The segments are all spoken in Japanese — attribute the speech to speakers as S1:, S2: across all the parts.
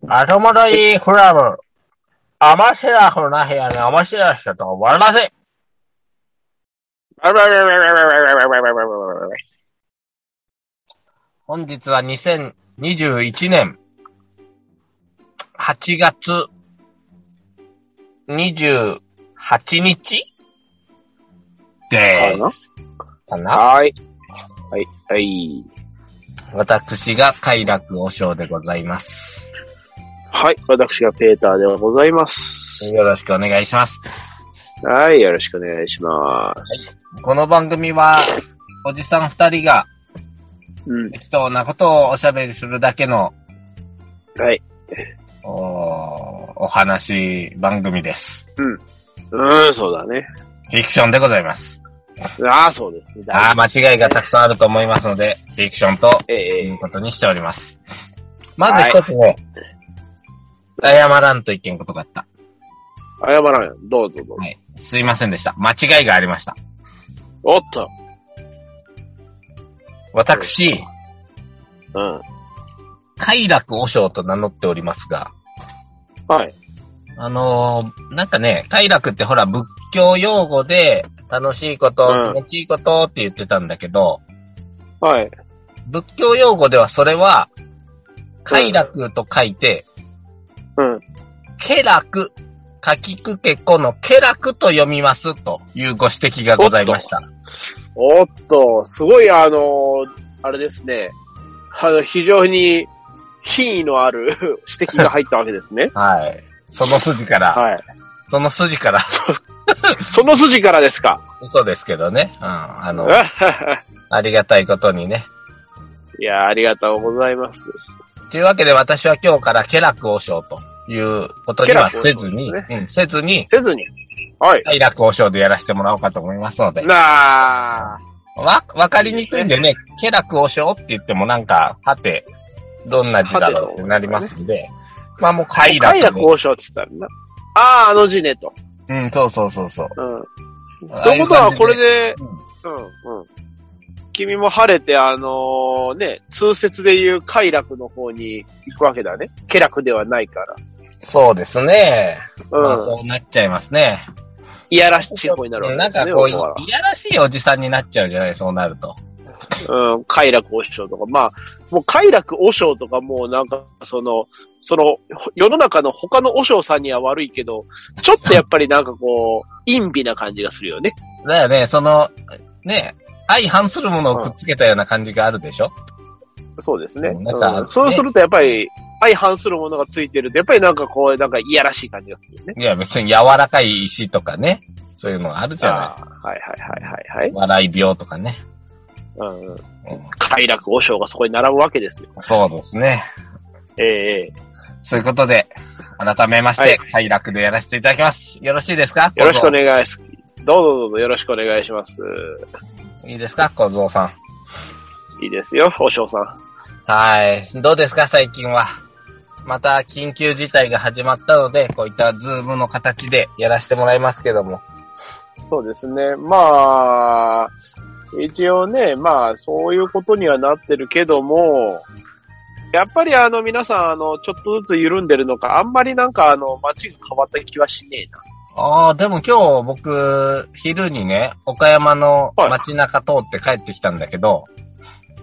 S1: まともといいクラブ。面白くな部屋に面白い人と終わらせ。本日は2021年8月28日です。かな
S2: はーい。はい、はい。
S1: 私が快楽和尚でございます。
S2: はい、私がペーターではございます。
S1: よろしくお願いします。
S2: はい、よろしくお願いします。
S1: この番組は、おじさん二人が
S2: うん、
S1: 適当なことをおしゃべりするだけの
S2: はい。
S1: おお話番組です。
S2: うん、そうだね。
S1: フィクションでございます。
S2: ああ、そうですね。
S1: ああ、間違いがたくさんあると思いますので、フィクションと
S2: え
S1: い
S2: え
S1: うことにしております。まず一つね、謝らんといけんことがあった。
S2: 謝らんよ。どうぞどうぞ。
S1: はい。すいませんでした。間違いがありました。
S2: おっと。
S1: 私、
S2: うん。
S1: 快楽和尚と名乗っておりますが、
S2: はい。
S1: あのーなんかね、快楽ってほら仏教用語で、楽しいこと、
S2: うん
S1: 気持ちいいことって言ってたんだけど、
S2: はい。
S1: 仏教用語ではそれは、快楽と書いて、
S2: うん。
S1: 気楽、かきくけこの気楽と読みますというご指摘がございました。。
S2: おっと、すごいあのーあれですね。あの、非常に品位のある 指摘が入ったわけですね
S1: はい。その筋から、
S2: はい。
S1: その筋から、
S2: その筋からですか。
S1: 嘘ですけどね。うん。あ の、
S2: い
S1: ありがたいことにね。
S2: や、ありがとうございます。
S1: というわけで私は今日から気楽をしようということにはせずに、
S2: 気楽
S1: うん、せずに、
S2: せずに。はい。
S1: 快楽をしようでやらせてもらおうかと思いますので。
S2: なあ。
S1: わ、わかりにくいんでね、ケラクをしようって言ってもなんか、はて、どんな字だろうってなりますんで、まあもう快楽
S2: 快
S1: で。
S2: 楽交渉って言ったらな。ああ、あの字ねと。
S1: うん、そうそうそうそう。
S2: うん。
S1: あ
S2: と
S1: あ
S2: い
S1: いうう
S2: ことは、
S1: 感じで
S2: これで、
S1: うん
S2: うん、うん。君も晴れて、あのーね、通説で言う快楽の方に行くわけだね。気楽ではないから。
S1: そうですね。まあ
S2: うん。
S1: そうなっちゃいますね。
S2: いやらしい方になるわけ
S1: なん
S2: です
S1: か
S2: ね。
S1: こう、い
S2: 要は
S1: やらしいおじさんになっちゃうじゃない、そうなると。
S2: うん、快楽和尚とか、まあ、もう快楽和尚とかもうなんか、その、その、世の中の他の和尚さんには悪いけど、ちょっとやっぱりなんかこう、陰微な感じがするよね。
S1: だよね、その、ね、相反するものをくっつけたような感じがあるでしょ、
S2: そうですね。
S1: うんなんか
S2: うんそうするとやっぱり、相反するものがついてると、やっぱりなんかこう、なんかいやらしい感じがするよね。
S1: いや、別に柔らかい石とかね、そういうのあるじゃな
S2: あーはいはいはい
S1: い。笑い病とかね。
S2: はいはい。うん。
S1: うん
S2: 快楽和尚がそこに並ぶわけですよ。
S1: そうですね。
S2: ええ
S1: そういうことで、改めまし
S2: は
S1: て
S2: い、
S1: 快楽でやらせていただきます。よろしいですか
S2: よろしくお
S1: ね。
S2: 願いします。どうぞどうぞよろしくお願いします。
S1: いいですか小僧さん。
S2: いいですよ、和尚さん。
S1: はい。どうですか最近は。また、緊急事態が始まったので、こういったズームの形でやらせてもらいますけども。
S2: そうですね。まあ、一応ね、まあ、そういうことにはなってるけども、やっぱりあの、皆さん、あの、ちょっとずつ緩んでるのか、あんまりなんかあの、街が変わった気はしねえな。
S1: ああ、でも今日僕、昼にね、岡山の街中通って帰ってきたんだけど、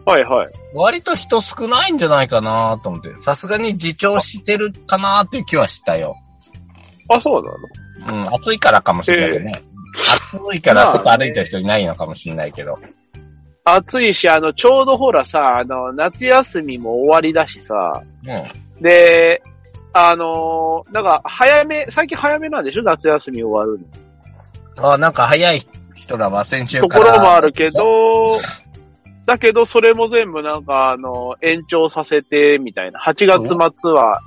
S2: はいはい。
S1: 割と人少ないんじゃないかなと思って、さすがに自重してるかなっていう気はしたよ。
S2: あ、そうなの
S1: うん、暑いからかもしれないね。暑いから外歩いてる人いないのかもしれないけど。
S2: 暑いし、あの、ちょうどほらさ、あの、夏休みも終わりだしさ、
S1: うん。
S2: で、あのーなんか、早め、最近早めなんでしょ夏休み終わるの。
S1: あなんか早い人らは先週
S2: と
S1: か
S2: こ
S1: ら。
S2: ろもあるけど、だけど、それも全部なんか、あの、延長させて、みたいな。8月末は、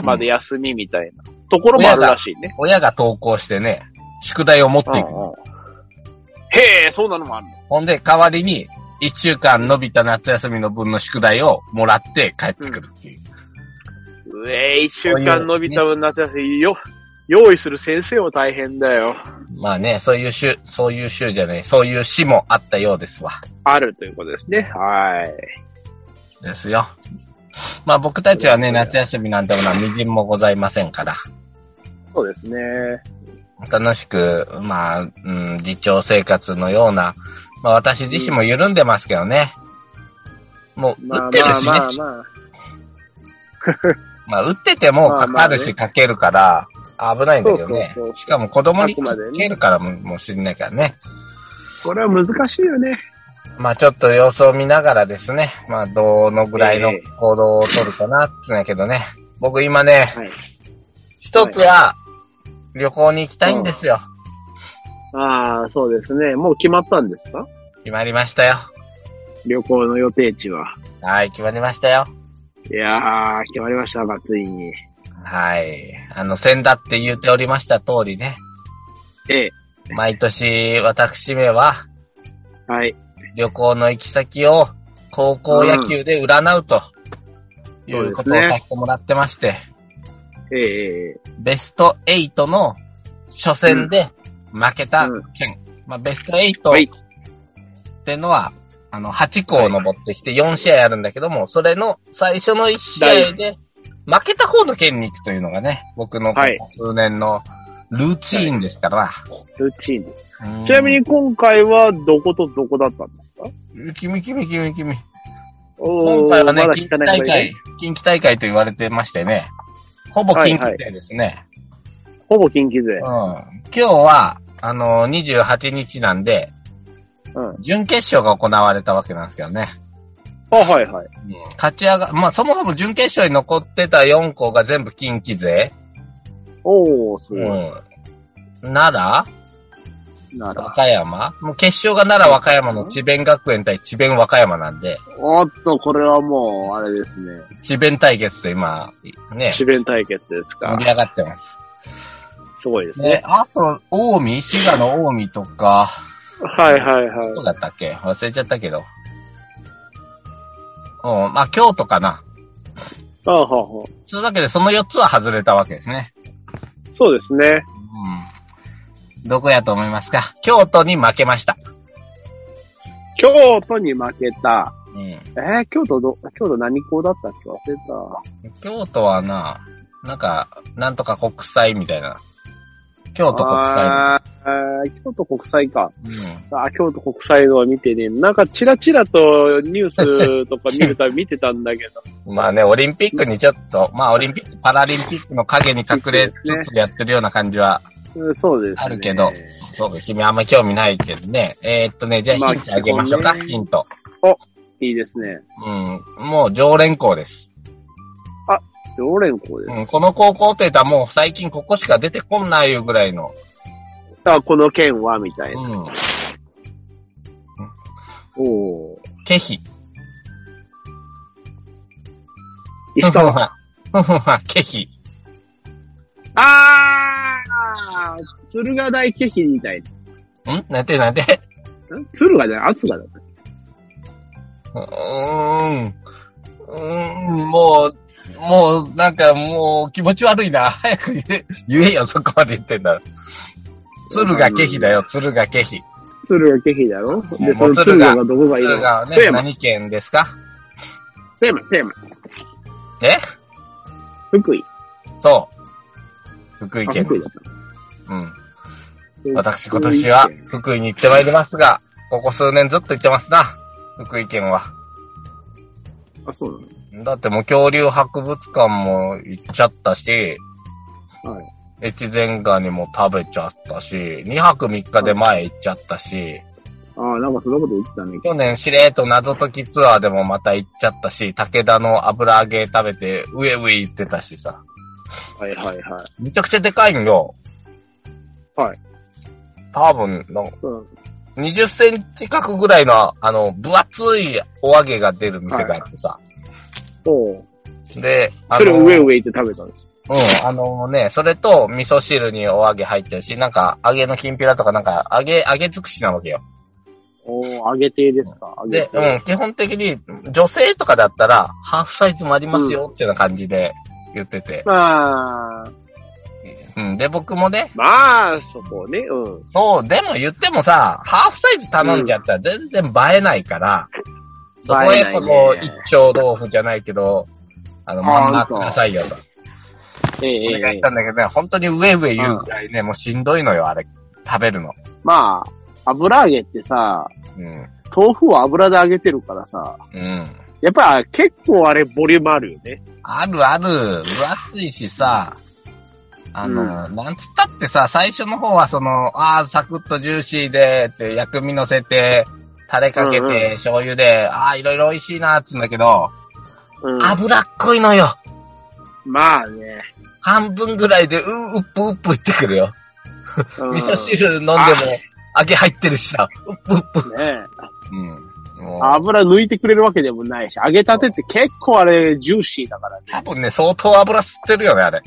S1: うん、
S2: まで休みみたいな。ところもあるらしいね。
S1: 親が登校してね、宿題を持っていく。
S2: うんうんへえ、そうなのもあるの。
S1: ほんで、代わりに、一週間伸びた夏休みの分の宿題をもらって帰ってくるっていう。
S2: うえー、一週間伸びた分夏休みよ。用意する先生も大変だよ。
S1: まあね、そういう週、そういう週じゃない、そういう市もあったようですわ。
S2: あるということですね。はい。
S1: ですよ。まあ僕たちはね、夏休みなんてものは微塵もございませんから、
S2: そうですね。
S1: 楽しく、まあ、うん、自重生活のような、まあ私自身も緩んでますけどね。もう、
S2: ま
S1: 打
S2: あ
S1: ってる
S2: まあ
S1: しね。
S2: まあまあ。
S1: まあ、打っててもかかるし、かけるから、危ないんだけどね
S2: そうそうそ。う
S1: しかも子供に
S2: あくま
S1: か
S2: でね
S1: けるからももしんないからね。
S2: これは難しいよね。
S1: まあ、ちょっと様子を見ながらですね、まあ、どのぐらいの
S2: ええ
S1: 行動を取るかな、ってんだけどね。僕今ね、
S2: はい。
S1: 一つは、旅行に行きたいんですよ。
S2: ああ、そうですね。もう決まったんですか
S1: 決まりましたよ。
S2: 旅行の予定地は。
S1: はい、決まりましたよ。
S2: いやー、決まりましたか、ついに。
S1: はい。あの、先だって言っておりました通りね。
S2: ええ。
S1: 毎年、私めは、
S2: はい。
S1: 旅行の行き先を高校野球で占うと、
S2: ん
S1: いうこと
S2: そう
S1: を
S2: です
S1: さ
S2: ね
S1: せてもらってまして、
S2: ええ、え
S1: ベスト8の初戦で負けた県、まあ、ベスト
S2: え。はい
S1: 8。ってのは、あの、8校登ってきて4試合あるんだけども、それの最初の1試合で、負けた方の県に行くというのがね、僕のこ
S2: はい
S1: こ数年のルーチーンですから。
S2: ルーチーンです。
S1: うん
S2: ちなみに今回はどことどこだったんですか
S1: 君、君、君、君。
S2: おー
S1: 今回はね、
S2: まだ
S1: 近
S2: 聞
S1: 畿
S2: かない
S1: 大
S2: 方がい
S1: 会
S2: い、
S1: 近畿大会と言われてましてね、ほぼ近畿勢ですね。
S2: ほぼ近畿勢。
S1: うん。今日は、あのー、28日なんで、
S2: うん。
S1: 準決勝が行われたわけなんですけどね。
S2: あ、はいはい。
S1: 勝ち上が、まあ、そもそも準決勝に残ってた4校が全部近畿勢。
S2: おー、すごい。
S1: うん。奈
S2: な
S1: 良
S2: ら。
S1: 和山もう決勝が奈良和山の智弁学園対智弁和歌山なんで、
S2: おっと、これはもう、あれですね。
S1: 智弁対決で今、ね、
S2: 智弁対決ですか
S1: 盛り。上がってます。
S2: すごいです
S1: で
S2: ね。、
S1: あと、近江滋賀の近江とか、
S2: はいはいは
S1: どう
S2: い。
S1: だったっけ忘れちゃったけど。うん、まあ京都かな。
S2: あはは。
S1: それだけでその4つは外れたわけですね。
S2: そうですね。
S1: うん。どこやと思いますか京都に負けました。
S2: 京都に負けた。
S1: うん。
S2: えー、京都ど、京都何校だったっけ忘れた。
S1: 京都はな、なんか、なんとか国際みたいな。京都国際。
S2: あーえー京都国際か。
S1: うん。
S2: あ、京都国際のは見てね、なんかチラチラとニュースとか見るたび見てたんだけど、
S1: まあね、オリンピックにちょっと、まあオリンピック、パラリンピックの影に隠れつつやってるような感じは
S2: うんそうです、ね。
S1: あるけど、そうです。君あんま興味ないけどね。えーっとね、じゃあ
S2: まあ
S1: ヒントあげましょうか、
S2: 基本ね
S1: ヒント。
S2: いいですね。
S1: うん、もう常連校です。
S2: 常連校です。
S1: うん、この高校って言ったらもう最近ここしか出てこんないいうぐらいの。
S2: あ、この県はみたいうな。
S1: ん。
S2: おおー。
S1: ケヒ。
S2: 石
S1: ふん
S2: 川。
S1: は。ふふは、 ケヒ。
S2: あー敦賀大気比みたいな。
S1: んなんてなんて
S2: ん敦賀じゃない、敦賀だった。
S1: うーん。うーん、もう、もう、なんかもう気持ち悪いな。早く言え言えよ、そこまで言ってんだ。鶴がケヒだよ、鶴がケヒ。
S2: 敦賀気比だろ
S1: もう
S2: で、その敦賀がどこがいい
S1: 鶴
S2: の
S1: がね
S2: 富、山、
S1: 何県ですか
S2: 富山、富山、
S1: え
S2: 福井。
S1: そう。福井
S2: あ
S1: 県
S2: 福井
S1: で
S2: だっ
S1: す。うん。
S2: た。
S1: 私今年は福井に行ってまいりますが、ここ数年ずっと行ってますな、福井県は。
S2: あ、そうなの
S1: だってもう恐竜博物館も行っちゃったし、
S2: はい。
S1: 越前ガニも食べちゃったし、2泊3日で前行っちゃったし、
S2: ああ、なんかそんなこと言ってたね。
S1: 去年しれーっと謎解きツアーでもまた行っちゃったし、武田の油揚げ食べて、ウェウェ言ってたしさ。
S2: はいはいはい。
S1: めちゃくちゃでかいんよ。
S2: はい。
S1: 多分、なんか
S2: うん。
S1: 20センチ角ぐらいの、あの、分厚いお揚げが出る店があってさ。
S2: おう
S1: で、あ
S2: それ
S1: の、
S2: を上上行って食べたんです。
S1: うん、あのね、それと味噌汁にお揚げ入ってるし、なんか揚げのきんぴらとかなんか揚げ、揚げ尽くしなわけよ。
S2: おお揚げてですか揚げ
S1: で
S2: て。、
S1: うん、基本的に女性とかだったら、ハーフサイズもありますよっていうような感じで言ってて。
S2: まあ、
S1: うん、で、僕もね、
S2: まあ、そこね、うん。
S1: そう、でも言ってもさ、ハーフサイズ頼んじゃったら全然映えないから、そこ
S2: 映
S1: へ
S2: えない
S1: こ
S2: ね
S1: の一丁豆腐じゃないけど、あの、
S2: あ
S1: ま
S2: ー
S1: んま
S2: そ
S1: く
S2: う
S1: ださいよと。
S2: ええ
S1: お
S2: ええ
S1: 願いしたんだけどね、本当に上上言うぐらいね、もうしんどいのよ、あれ。食べるの。
S2: まあ、油揚げってさ、
S1: うん。
S2: 豆腐を油で揚げてるからさ、
S1: うん。
S2: やっぱ結構あれボリュームあるよね。
S1: あるある。分厚いしさ、あの、なんつったってさ、最初の方はその、ああ、サクッとジューシーで、って薬味乗せて、タレかけ
S2: うんう
S1: て、醤油で、ああ、いろいろ美味しいな、っつうんだけど、
S2: うん。
S1: 脂っこいのよ。
S2: まあね。
S1: 半分ぐらいで、う、うっぷうっぷいってくるよ。
S2: うん
S1: 味噌汁飲んでも
S2: あ、
S1: 揚げ入ってるしさ、うっぷうっぷ。
S2: ねえ
S1: うん。もう
S2: 油抜いてくれるわけでもないし、揚げたてって結構あれジューシーだからね。
S1: 多分ね、相当油吸ってるよね、あれ。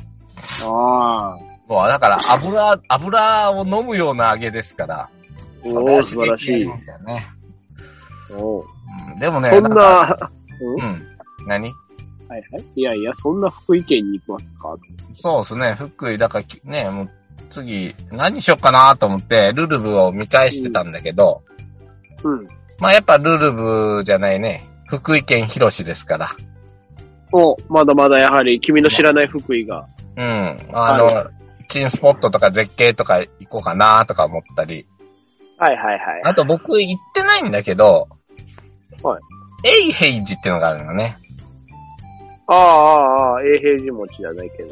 S2: ああ。
S1: もう、だから、油、油を飲むような揚げですから。
S2: おー
S1: それは刺激
S2: 素晴らしい
S1: になりますよね
S2: おう
S1: うんでもね、
S2: そんな、
S1: んか
S2: は
S1: うん。何
S2: いはい。いやいや、そんな福井県に行きますか。
S1: そうですね、福井、だからき、ね、もう、次、何しよっかなと思って、ルルブを見返してたんだけど、
S2: うん。
S1: まあやっぱルルブじゃないね、福井県広志ですから。
S2: お、まだまだやはり君の知らない福井が。
S1: うん。あの、
S2: は
S1: 珍スポットとか絶景とか行こうかなとか思ったり。
S2: はいはいはい。
S1: あと僕行ってないんだけど、。
S2: はい
S1: 永平寺っていうのがあるのね。
S2: ああ、ああ、ああ永平寺餅じゃないけど。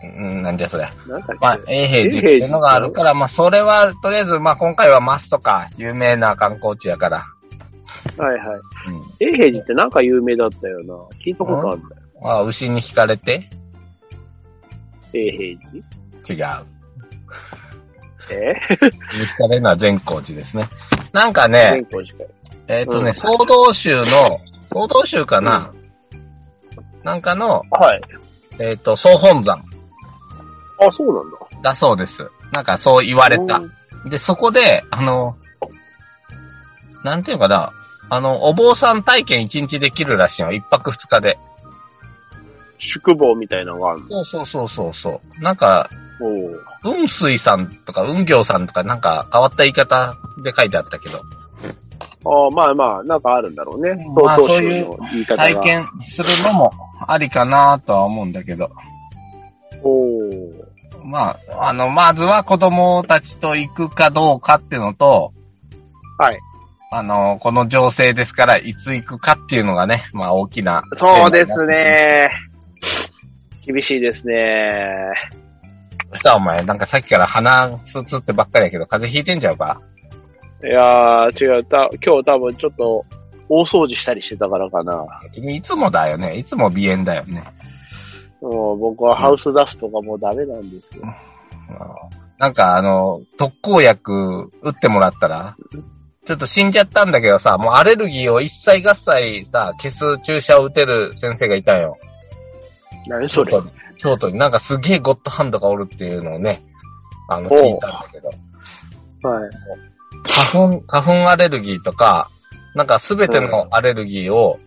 S1: うん、なんじゃそりゃ。
S2: なんだっけ、
S1: まあ、永平寺っていうのがあるから、まあ、それは、とりあえず、まあ、今回はマスとか、有名な観光地やから。
S2: はいは
S1: う
S2: い。
S1: ん。
S2: 永平寺ってなんか有名だったよな。聞いたことあるんだよ。
S1: まあ、牛に惹かれて
S2: 永平寺
S1: 違う。
S2: え
S1: 牛に惹かれるのは善光寺ですね。なんかね、
S2: 全国しか。
S1: えっ、と
S2: うん
S1: ね、総道宗の、総道宗かな、なんかの、
S2: はい。
S1: えっ、と、総本山
S2: あ、そうなんだ。
S1: だそうです。なんかそう言われた
S2: う。ん
S1: で、そこで、あの、なんていうのかな、あの、お坊さん体験1日できるらしいの。1泊2日で。
S2: 宿坊みたいなのがあるの。
S1: そうそうそうそうそう。なんか、
S2: おう
S1: 雲水さんとか雲行さんとかなんか変わった言い方で書いてあったけど、
S2: ああ、まあまあ、なんかあるんだろうね。
S1: うんまあそういう
S2: 当時の言い方が
S1: 体。験するのもありかなとは思うんだけど、
S2: おー
S1: まあ、あの、まずは子供たちと行くかどうかっていうのと、
S2: はい。
S1: あの、この情勢ですから、いつ行くかっていうのがね、まあ大きな。
S2: そうです。ね。厳しいですね。
S1: したお前、なんかさっきから鼻すつってばっかりやけど、風邪ひいてんじゃうか
S2: いやー、違う。た今日多分ちょっと、大掃除したりしてたからかな。
S1: 君いつもだよね。いつも鼻炎だよね。
S2: もう僕はハウスダストがもうダメなんですよ。
S1: なんかあの、特効薬打ってもらったら、ちょっと死んじゃったんだけどさ、もうアレルギーを一切合切さ、消す注射を打てる先生がいたよ。
S2: 何それ。
S1: 京都に。京都になんかすげえゴッドハンドがおるっていうのをね、あの、
S2: おう
S1: 聞いたんだけど。
S2: はい。
S1: 花粉、花粉アレルギーとか、なんかすべてのアレルギーを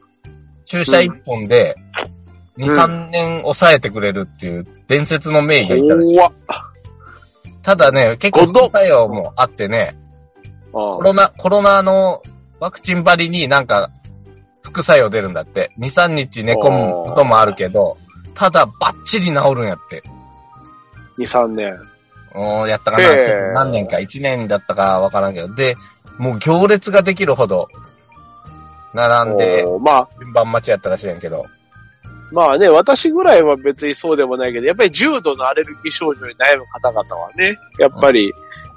S1: 注射一本で2、
S2: うん
S1: 3年抑えてくれるっていう伝説の名医がいたらしい。
S2: 怖っ。
S1: ただね、結構副作用もあってね、
S2: あ
S1: コロナ、コロナのワクチンばりになんか副作用出るんだって。2、3日寝込むこともあるけど、ただバッチリ治るんやって。
S2: 2、3年。
S1: おーやったかな、
S2: へー
S1: ちょっと何年か、1年だったかわからんけど。で、もう行列ができるほど、並んで、
S2: おーまあ、
S1: 順番待ちやったらしいんやけど。
S2: まあね、私ぐらいは別にそうでもないけど、やっぱり重度のアレルギー症状に悩む方々はね、やっぱり、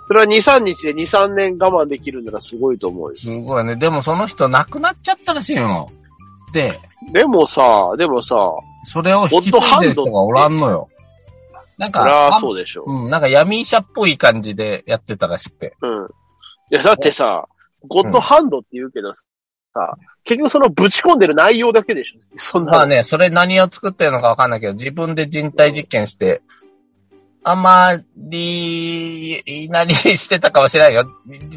S2: それは2、3日で2、3年我慢できるならすごいと思うよ。
S1: すごいね。でもその人亡くなっちゃったらしいの。で、
S2: でもさ、でもさ、
S1: それを引き継いでる人がおらんのよ。なん
S2: そりゃ
S1: か、
S2: そうでしょ。
S1: うん、なんか闇医者っぽい感じでやってたらしくて。
S2: うん。いや、だってさ、ゴッドハンドって言うけどさ、結局そのぶち込んでる内容だけでしょ。そんなの。
S1: まあね、それ何を作ってるのかわかんないけど、自分で人体実験して、あまり、いなりしてたかもしれないよ。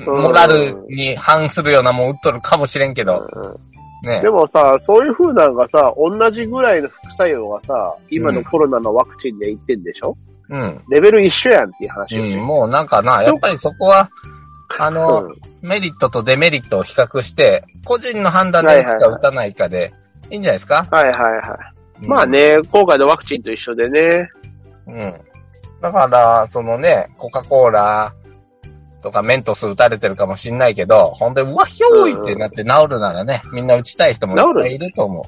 S2: うん
S1: モラルに反するようなもん打っとるかもしれんけど、
S2: うん
S1: ね
S2: で。もさ、そういう風なのがさ、同じぐらいの副作用がさ、今のコロナのワクチンで言ってんでしょ、
S1: うん。
S2: レベル一緒やんっていう話
S1: う
S2: よね
S1: ん、もうなんかな、やっぱりそこは、あの、
S2: うん
S1: メリットとデメリットを比較して、個人の判断で打つか打たないかで、いいんじゃないですか
S2: はいはいは
S1: うん
S2: まあ。ね、今回のワクチンと一緒でね。
S1: うん。だから、そのね、コカ・コーラとかメントス打たれてるかもしんないけど、ほんで、うわ、ひょーいってなって治るならね、みんな打ちたい人もいっぱいいると思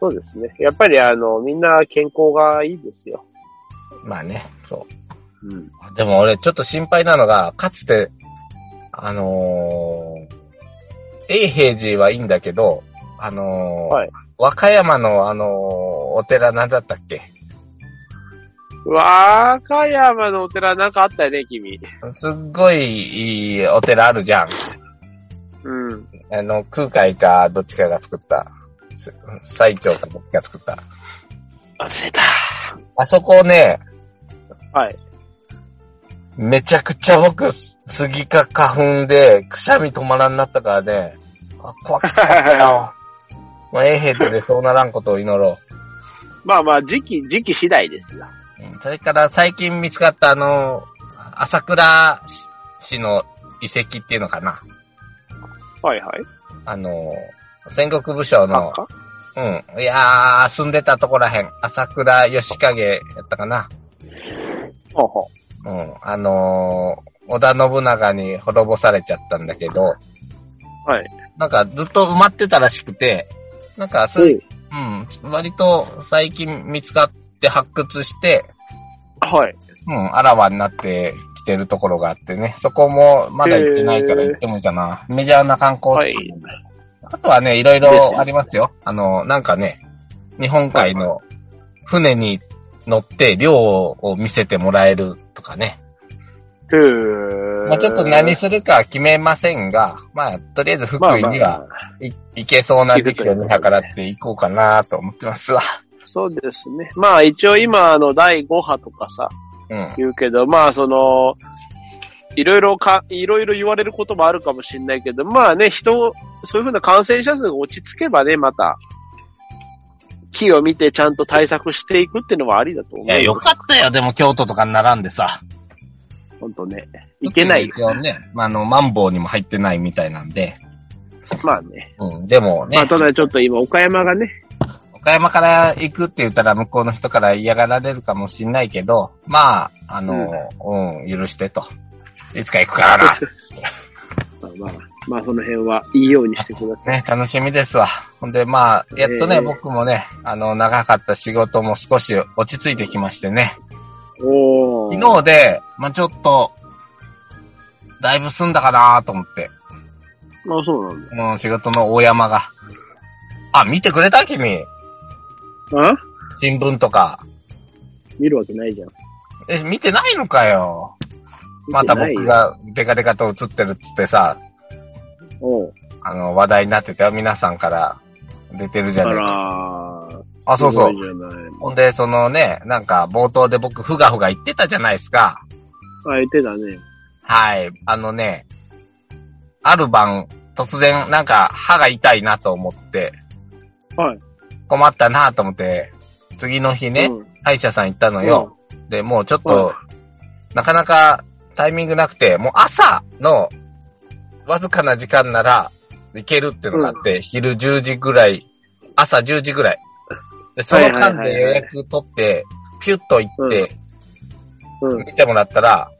S2: そうですね。やっぱりあの、みんな健康がいいですよ。
S1: う。まあね、そう。
S2: うん。
S1: でも俺ちょっと心配なのが、かつて、あのー、永平寺はいいんだけど、あのー
S2: はい
S1: 和歌山のあのーお寺なんだったっけ
S2: 和歌山のお寺なんかあったよね、君。
S1: すっごいいいお寺あるじゃん。
S2: うん。
S1: あの、空海かどっちかが作った。す最強かどっちか作った。
S2: 忘れた。
S1: あそこね、
S2: はい。
S1: めちゃくちゃ僕、スギか花粉で、くしゃみ止まらんなったからね、あ怖くてよ。もう永平寺でそうならんことを祈ろう。
S2: まあまあ、時期、時期次第ですよ。
S1: うんそれから最近見つかったあの、朝倉市の遺跡っていうのかな。
S2: はいはい。
S1: あの、戦国武将
S2: あ
S1: の
S2: っ、か
S1: うん。いやー、住んでたとこらへん。朝倉義景やったかな。
S2: ほうほ
S1: うん。あのー織田信長に滅ぼされちゃったんだけど、
S2: う。はい。
S1: なんかずっと埋まってたらしくて、なんかそういう、うん、割と最近見つかって発掘して、
S2: はい。
S1: うん、あらわになってきてるところがあってね、そこもまだ行ってないから行ってもいいかな。メジャーな観光地。
S2: はい。
S1: あとはね、いろいろありますよ。あの、なんかね、日本海の船に乗って漁を見せてもらえるとかね。
S2: ふー。
S1: まあちょっと何するかは決めませんが、まあとりあえず福
S2: まあ
S1: 井
S2: まあ
S1: には行、行けそうな時期を見計らって行こうかなと思ってますわ。
S2: そうですね。まあ一応今、あの、第5波とかさ、
S1: うん。
S2: 言うけど、まあその、いろいろか、いろいろ言われることもあるかもしれないけど、まあね、人、そういうふうな感染者数が落ち着けばね、また、木を見てちゃんと対策していくっていうのはありだと思う。
S1: いや、よかったよ。でも京都とかに並んでさ。
S2: ほんとね。いけないよ。
S1: 一応ね、まあ、あの、マンボウにも入ってないみたいなんで。
S2: まあね。
S1: うん、でもね、
S2: まあただちょっと今、岡山がね、
S1: 岡山から行くって言ったら向こうの人から嫌がられるかもしんないけど、まあ、あの、うん、許してと。いつか行くからな。
S2: まあまあ、まあその辺はいいようにしてください。
S1: ね、楽しみですわ。ほんで、まあ、やっとね、
S2: ええ
S1: 僕もね、あの、長かった仕事も少し落ち着いてきましてね。
S2: おー。
S1: 昨日で、まあちょっと、だいぶ済んだかなと思って。
S2: まあそうなん
S1: もう仕事の大山が。あ、見てくれた君。
S2: だ。あ
S1: 新聞とか。
S2: 見るわけないじゃん。
S1: え、見てないのかよ。また
S2: 見て
S1: 僕
S2: ないよ。
S1: がデカデカと映ってるっつってさ、
S2: おう
S1: あの、話題になってたよ。皆さんから出てるじゃ
S2: あ
S1: ないか。
S2: らー。
S1: あ、そうそう
S2: す。ごいじゃない
S1: ほんで、そのね、なんか冒頭で僕、ふがふが言ってたじゃないですか。
S2: 相手だね。
S1: はい。あのね、ある晩、突然、なんか歯が痛いなと思って、
S2: はい。
S1: 困ったなと思って、次の日ね、
S2: うん
S1: 歯医者さん行ったのよ。で、もうちょっと、なかなかタイミングなくて、もう朝のわずかな時間なら行けるっていうのがあって、昼10時ぐらい、朝10時ぐらい。で、その間
S2: はいはい
S1: で
S2: はい
S1: 予
S2: はい
S1: 約取って、ピュッと行って、
S2: うん。うん
S1: 見てもらったら、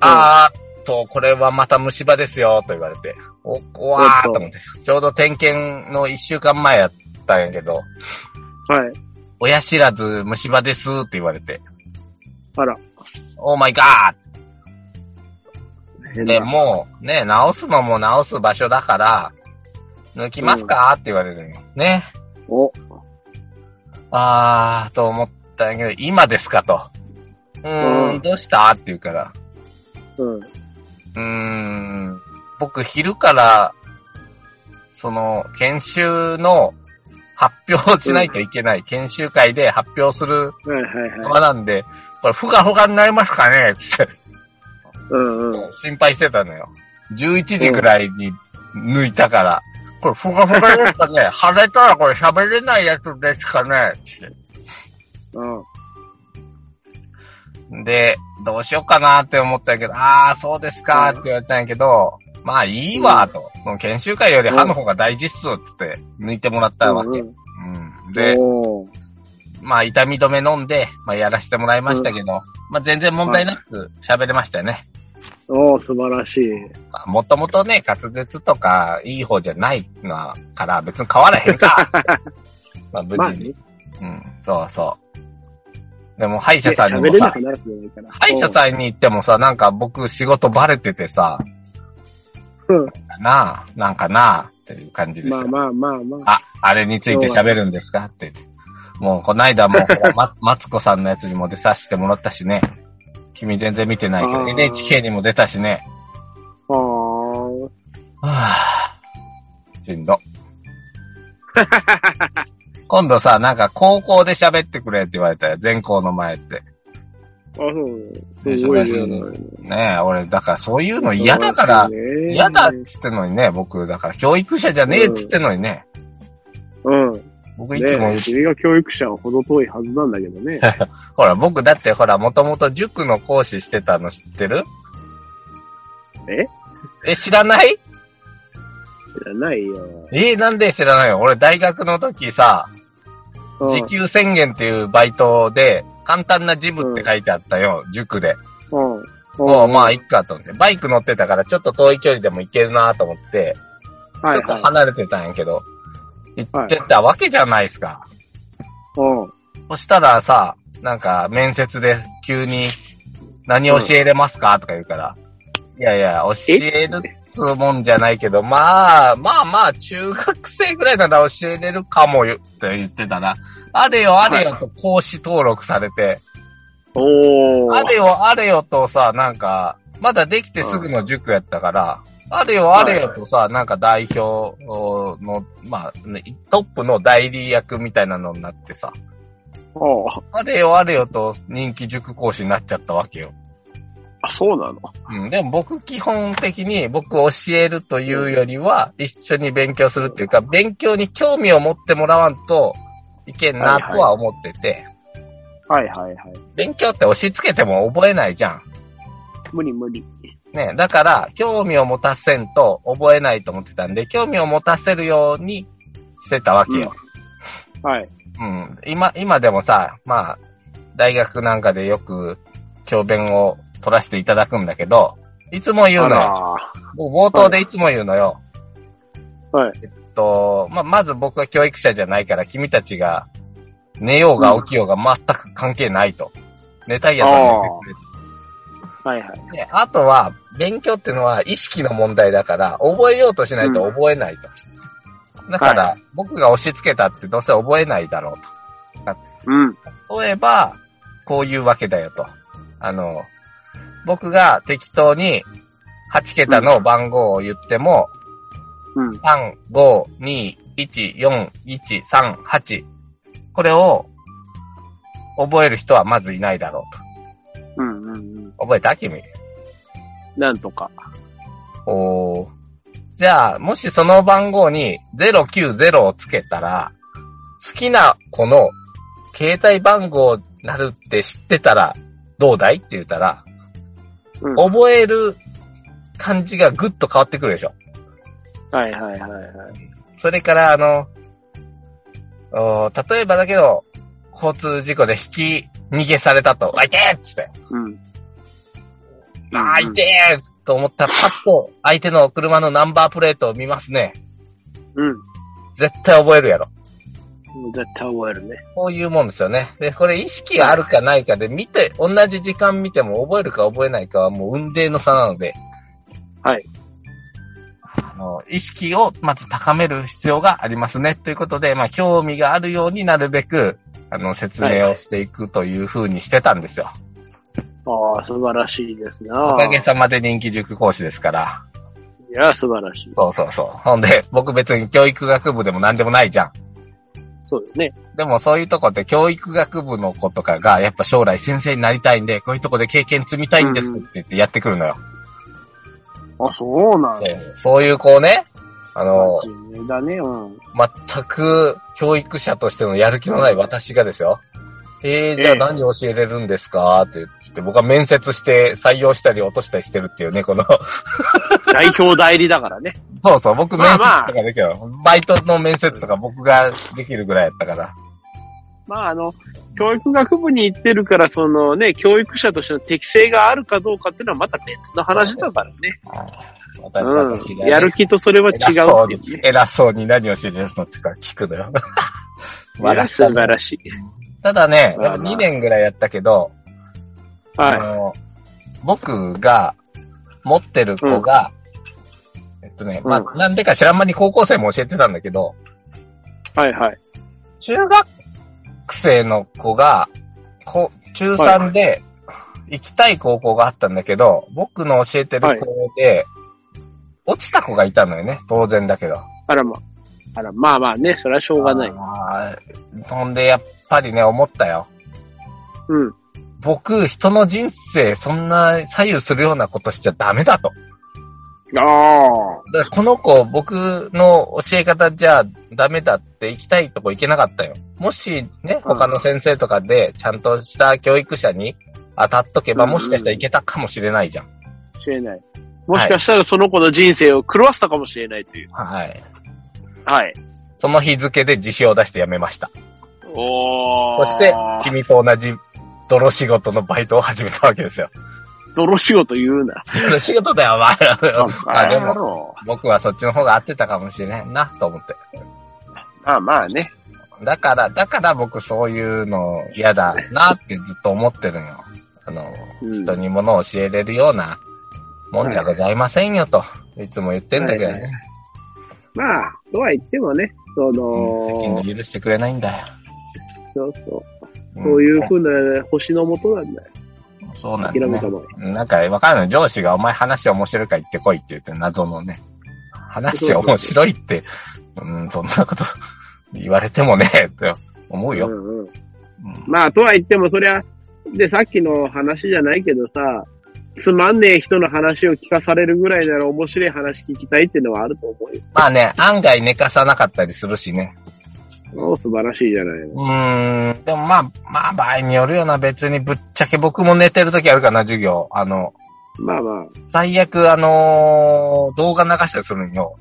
S1: あーっと、これはまた虫歯ですよ、と言われて、お、おわーっと思って、ちょうど点検の1週間前やったんやけど、
S2: はい。
S1: 親知らず虫歯ですって言われて、
S2: あら。
S1: オーマイガー
S2: 変
S1: で、
S2: な。
S1: もう、ね、直すのも直す場所だから、抜きますか、って言われるのよ。ね。
S2: お。
S1: あー、と思ったんやけど、今ですかと。うーん、
S2: うん
S1: どうしたって言うから。
S2: うん。
S1: うーん、僕昼から、その、研修の発表をしないといけない。研修会で発表する
S2: はいはいはい。
S1: 側なんで、これ、ふがふがになりますかねって
S2: うんうん。
S1: 心配してたのよ。11時ぐらいに抜いたから。これ、ふがふがですか ね腫れたらこれ喋れないやつですかねって
S2: うん。
S1: で、どうしようかなって思ったけど、ああ、そうですかって言われたんやけど、まあいいわと。その研修会より歯の方が大事っすっつって抜いてもらったわけ。
S2: うんうん
S1: うん。で、
S2: おー
S1: まあ、痛み止め飲んで、まあ、やらせてもらいましたけど、まあ、全然問題なく喋れましたよね。
S2: おー素晴らしい。
S1: まあもともとね、滑舌とかいい方じゃないのから別に変わらへん か。まあ、無
S2: まあ
S1: 事
S2: ね
S1: に。、うん、そうそう。でも、歯医者さんに
S2: 喋
S1: も
S2: れな
S1: さ
S2: く、なるくないから。
S1: 歯医者さんに行ってもさ、なんか僕仕事バレててさ、
S2: うん
S1: なあ、なんかなあ、っていう感じです
S2: ま
S1: よ
S2: あ。まあまあまあ。
S1: あ、あれについて喋るんですかって言って。もう、こない だもう、ほらま、マツコさんのやつにも出させてもらったしね。君全然見てないけ
S2: あ
S1: ど、
S2: ー
S1: NHK にも出たしね。
S2: あー
S1: はぁ、しん ど。今度さ、なんか高校で喋ってくれって言われたよ。全校の前って。
S2: あ、そう。すご
S1: 忙
S2: い
S1: し
S2: じゃ
S1: い
S2: な
S1: の
S2: い。
S1: ねえ、俺、だからそういうの嫌だから、
S2: ね
S1: 嫌だっつってんのにね、僕、だから教育者じゃねえっつってんのにね。
S2: うん。ね
S1: 僕いつも言う
S2: 君が教育者はほど遠いはずなんだけどね。
S1: ほら、僕だってほら、もともと塾の講師してたの知ってる
S2: え
S1: え、知らない
S2: 知らないよ。
S1: えなんで知らないの俺大学の時さ、
S2: うん
S1: 時給宣言っていうバイトで、簡単なジムって書いてあったよ、塾で。
S2: うん。うん
S1: もうまあ、いっかと思って。バイク乗ってたから、ちょっと遠い距離でも行けるなと思って、ち
S2: は
S1: ょ
S2: い
S1: っと
S2: は
S1: 離れてたんやけど、行ってたわけじゃないですか。
S2: い。うん。
S1: そしたらさ、なんか面接で急に何教えれますか、とか言うから、いやいや、教えるっつうもんじゃないけど、まあ、まあまあ、中学生ぐらいなら教えれるかもよって言ってたら、あれよあれよと講師登録されて、
S2: おー。
S1: あれよあれよとさ、なんか、まだできてすぐの塾やったから、あれよあれよとさ、なんか代表の、まあ、ねトップの代理役みたいなのになってさ、
S2: おー
S1: あれよあれよと人気塾講師になっちゃったわけよ。
S2: あ、そうなの
S1: うん、でも僕基本的に僕教えるというよりは一緒に勉強するっていうか、勉強に興味を持ってもらわんといけんなとは思ってて、
S2: はいはいはい。
S1: 勉強って押し付けても覚えないじゃん。
S2: 無理無理。
S1: ね、だから興味を持たせんと覚えないと思ってたんで、興味を持たせるようにしてたわけよ。
S2: はい。
S1: うん。今、今でもさ、まあ、大学なんかでよく教鞭を取らせていただくんだけど、いつも言うのよ。
S2: あ
S1: 僕冒頭でいつも言うのよ。
S2: らはい。
S1: えっと、まあ、まず僕は教育者じゃないから、君たちが寝ようが起きようが全く関係ないと。寝たいやつは寝てくれ
S2: はいはい。
S1: で、あとは、勉強っていうのは意識の問題だから、覚えようとしないと覚えないと。だから、
S2: は
S1: 僕が押し付けたってどうせ覚えないだろう
S2: うん。
S1: と。例えば、こういうわけだよと。あの、僕が適当に8桁の番号を言っても、
S2: うん。
S1: 3、5、2、1、4、1、3、8。これを覚える人はまずいないだろう
S2: うんうんうん。
S1: と。覚えた君。
S2: なんとか。
S1: おーじゃあ、もしその番号に090をつけたら、好きな子の携帯番号になるって知ってたら、どうだいって言ったら、
S2: うん。は
S1: 覚える感じがぐっと変わってくるでしょ。
S2: いはいはいはい。
S1: それから、あの、おー例えばだけど、交通事故で引き逃げされたと、あ、いてーっつって、
S2: うん。
S1: あー、いてーと思ったら、パッと相手の車のナンバープレートを見ますね。
S2: うん。
S1: 絶対覚えるやろ。
S2: 絶対覚えるね。
S1: こういうもんですよね。で、これ意識があるかないかで見て、同じ時間見ても覚えるか覚えないかはもう運命の差なので。
S2: はい。
S1: あの、意識をまず高める必要がありますね。ということで、まあ、興味があるようになるべく、あの、説明をしていくという風にしてたんですよ。
S2: ああ、素晴らしいですな。
S1: おかげさまで人気塾講師ですから。
S2: いや、素晴らしい。
S1: そうそうそう。ほんで、僕別に教育学部でも何でもないじゃん。
S2: そうですね。
S1: でもそういうとこって教育学部の子とかが、やっぱ将来先生になりたいんで、こういうとこで経験積みたいんですって言ってやってくるのよ。
S2: あ、そうなんだ。
S1: そうそういう子をね、あの、
S2: 真面目だね、うん。
S1: 全く教育者としてのやる気のない私がですよ。えー、じゃあ
S2: ええ
S1: 何教えれるんですかって言って、って、僕は面接して採用したり落としたりしてるっていうね、この、
S2: 代表代理だからね。
S1: そうそう、僕面接と
S2: まあまあ
S1: かできる、バイトの面接とか僕ができるぐらいやったから。
S2: まあ、あの、教育学部に行ってるから、そのね、教育者としての適性があるかどうかっていうのはまた別の話だからね。
S1: 私
S2: う
S1: 私
S2: ん。
S1: がね
S2: やる気とそれは違
S1: 偉
S2: う
S1: そう
S2: ってい
S1: に
S2: うね。
S1: 偉そうに何を教えてるのってか聞くの よ。笑っ
S2: 素晴
S1: た
S2: らしい。
S1: ただね、
S2: まあまあ
S1: 2年ぐらいやったけど、あ
S2: は
S1: の僕が持ってる子が、えっとね、まあ、
S2: う
S1: なんでか知らん間に高校生も教えてたんだけど、
S2: い。はいはい。
S1: 中学生の子が、こ中3で行きたい高校があったんだけど、僕の教えてる子で、落ちた子がいたのよね、当然だけど。
S2: あらま。あら、まあまあね、それはしょうがない。
S1: あーほんで、やっぱりね、思ったよ。
S2: うん。
S1: 僕、人の人生、そんな左右するようなことしちゃダメだと。
S2: ああ。
S1: だからこの子、僕の教え方じゃダメだって行きたいとこ行けなかったよ。もしね、
S2: うん
S1: 他の先生とかで、ちゃんとした教育者に当たっとけば、
S2: うんうん
S1: もしかしたらいけたかもしれないじゃん。
S2: 知れない。もしかしたらその子の人生を狂わせたかもしれないという。
S1: はい。
S2: はい。
S1: その日付で辞表を出して辞めました。
S2: お
S1: そ
S2: ー。
S1: して、君と同じ泥仕事のバイトを始めたわけですよ。
S2: 泥仕事言うな。
S1: 泥仕事だよ、お前。まあでも、
S2: も。
S1: 僕はそっちの方が合ってたかもしれないな、と思って。
S2: まあまあね。
S1: だから、だから僕そういうの嫌だなってずっと思ってるんよ。あの、
S2: うん
S1: 人に物を教えれるようなもんじゃございませんよと、いつも言ってんだけど
S2: はい
S1: ね。
S2: まあ、とは言ってもね、その、
S1: うん責任許してくれないんだよ。
S2: そうそう。
S1: うん
S2: そういうふうな星のもとなんだよ。
S1: そうなん
S2: 諦
S1: だ、
S2: め
S1: ね
S2: た。のは。
S1: なんかわかんない。上司がお前話面白いから言ってこいって言って謎のね。話面白いって、うん、そんなこと言われてもね、って思うよ。
S2: うんうん、
S1: うん
S2: まあ、とは言っても、そりゃ、で、さっきの話じゃないけどさ、つまんねえ人の話を聞かされるぐらいなら面白い話聞きたいっていうのはあると思うよ。
S1: まあね、案外寝かさなかったりするしね。
S2: お素晴らしいじゃないの。
S1: うーん、でもまあ、まあ場合によるよな、別にぶっちゃけ僕も寝てる時あるかな、授業。あの、
S2: まあまあ。
S1: 最悪、あのー動画流したりするんよ。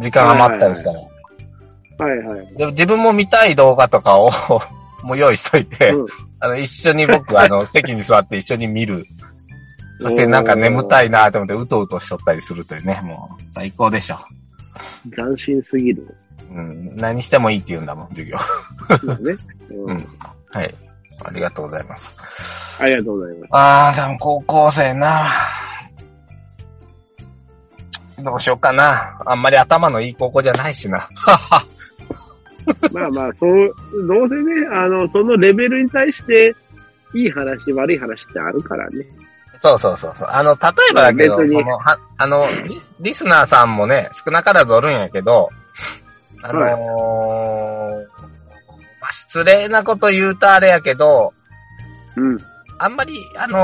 S1: 時間余ったりしたら。
S2: はいはい。
S1: でも自分も見たい動画とかを、 もう用意しといて、
S2: うん
S1: あの、一緒に僕、あ の、席に座って一緒に見る。そしてなんか眠た
S2: い。
S1: いなと思って、うとうとしとったりするというね、もう、最高でしょ。
S2: 斬新すぎる。
S1: うん、何してもいいって言うんだもん、授業。
S2: ま あね。う
S1: うんん。はい。ありがとうございます。
S2: ありがとうございます。
S1: ああ、でも高校生な。どうしようかな。あんまり頭のいい高校じゃないしな。
S2: まあまあ、そう、どうせね、あの、そのレベルに対して、いい話、悪い話ってあるからね。
S1: そうそうそうそう。あの、例えばだけど、
S2: 別
S1: そ
S2: に
S1: の、はあのリス、リスナーさんもね、少なからずおるんやけど、あのーまあ、失礼なこと言うとあれやけど、
S2: うん。
S1: あんまり、あのー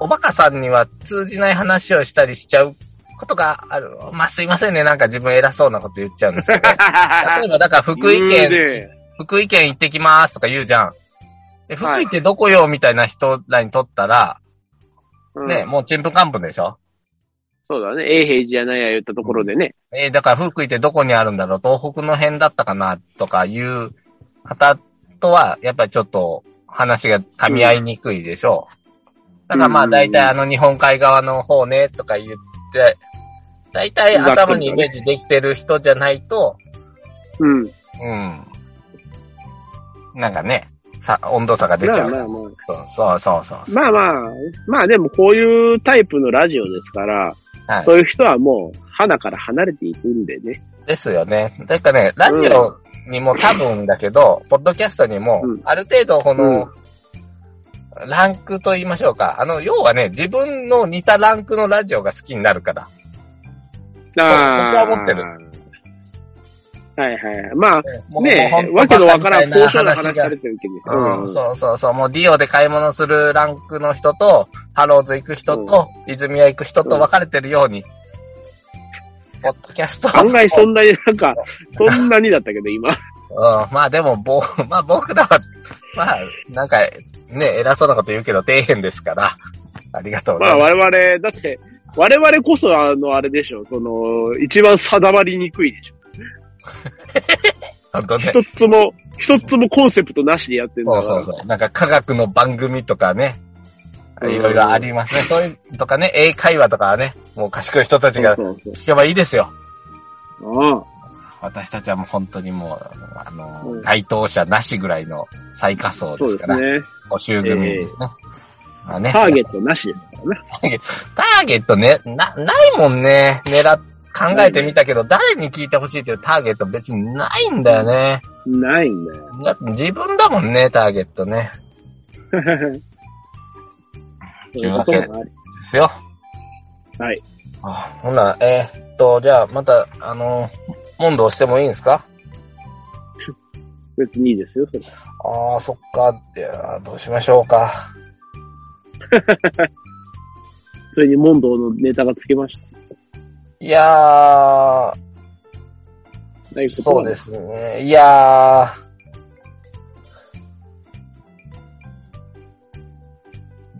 S1: おバカさんには通じない話をしたりしちゃうことがある。まあ、すいませんね、なんか自分偉そうなこと言っちゃうんですけど。例えば、だから福井
S2: 言う
S1: 県、
S2: ね
S1: 福井県行ってきますとか言うじゃん。で福井ってどこよみたいな人らにとったら、
S2: うん
S1: ね、もうちんぷんかんぷんでしょ
S2: そうだね。永平寺じゃないや言ったところでね。
S1: えーだから福井ってどこにあるんだろう東北の辺だったかなとかいう方とは、やっぱりちょっと話が噛み合いにくいでしょう。だからま
S2: う
S1: あ
S2: ん
S1: 大体あの日本海側の方ねとか言って、大体頭にイメージできてる人じゃないと、
S2: うん。
S1: うん。なんかね、さ、温度差が出ちゃ
S2: まあ
S1: う。
S2: まあまあ。
S1: そうそうそうそう。
S2: まあまあ、まあでもこういうタイプのラジオですから、
S1: はい
S2: そういう人はもう、花から離れていくんでね。
S1: ですよね。だからね、ラジオにも多分だけど、ポッドキャストにも
S2: うん、
S1: ある程度この、ランクと言いましょうか。あの、要はね、自分の似たランクのラジオが好きになるから。そこ
S2: ああ。
S1: は持ってる
S2: はいはい。まあ、
S1: もう
S2: ね
S1: もうほんと
S2: わけのわからん
S1: バカみ
S2: 交
S1: た
S2: 渉
S1: い
S2: の
S1: な
S2: 話
S1: が
S2: されてるけど。
S1: うん、そうそうそう。もうディオで買い物するランクの人と、ハローズ行く人と、泉屋行く人と分かれてるように、ポッドキャスト
S2: 案外そ んなになんか、そんなにだったけど今。
S1: うん、まあでも、ぼ、まあ僕らは、まあ、なんか、ね、偉そうなこと言うけど、底辺ですから。ありがとうご
S2: ま
S1: ざい
S2: あ
S1: ます。
S2: 我々、だって、我々こそあの、あれでしょ、その、一番定まりにくいでしょ。
S1: 本当ね。
S2: 一つも、一つもコンセプトなしでやってるん
S1: そ
S2: だ
S1: う
S2: から。
S1: そうそう。なんか科学の番組とかね、
S2: うん
S1: いろいろありますね。そういう、とかね、英会話とかはね、もう賢い人たちが
S2: そうそう
S1: 聞けばいいですよ。
S2: そう。うん。
S1: 私たちはもう本当にもう、あの、
S2: うん
S1: 該当者なしぐらいの最下層で
S2: そ
S1: す
S2: うで
S1: か
S2: す
S1: ら、
S2: ね。
S1: 募集組ですね。まあね、
S2: ターゲットなしですからね。
S1: ターゲットね、な、ないもんね。狙っ、考えてみたけど、誰に聞いてほしいっていうターゲット別にないんだよね。
S2: ないん だよ。
S1: だって自分だもんね、ターゲットね。
S2: そういうこともあり。
S1: ですよ。
S2: はい。
S1: あ、ほな、えーっと、じゃあ、また、あの、問答してもいいんですか
S2: 別にいいですよ、それ。
S1: ああ、そっか。いやーどうしましょうか。
S2: それに問答のネタがつけまし
S1: いやー、
S2: た。ないこと
S1: そ
S2: は
S1: うですね。いやー。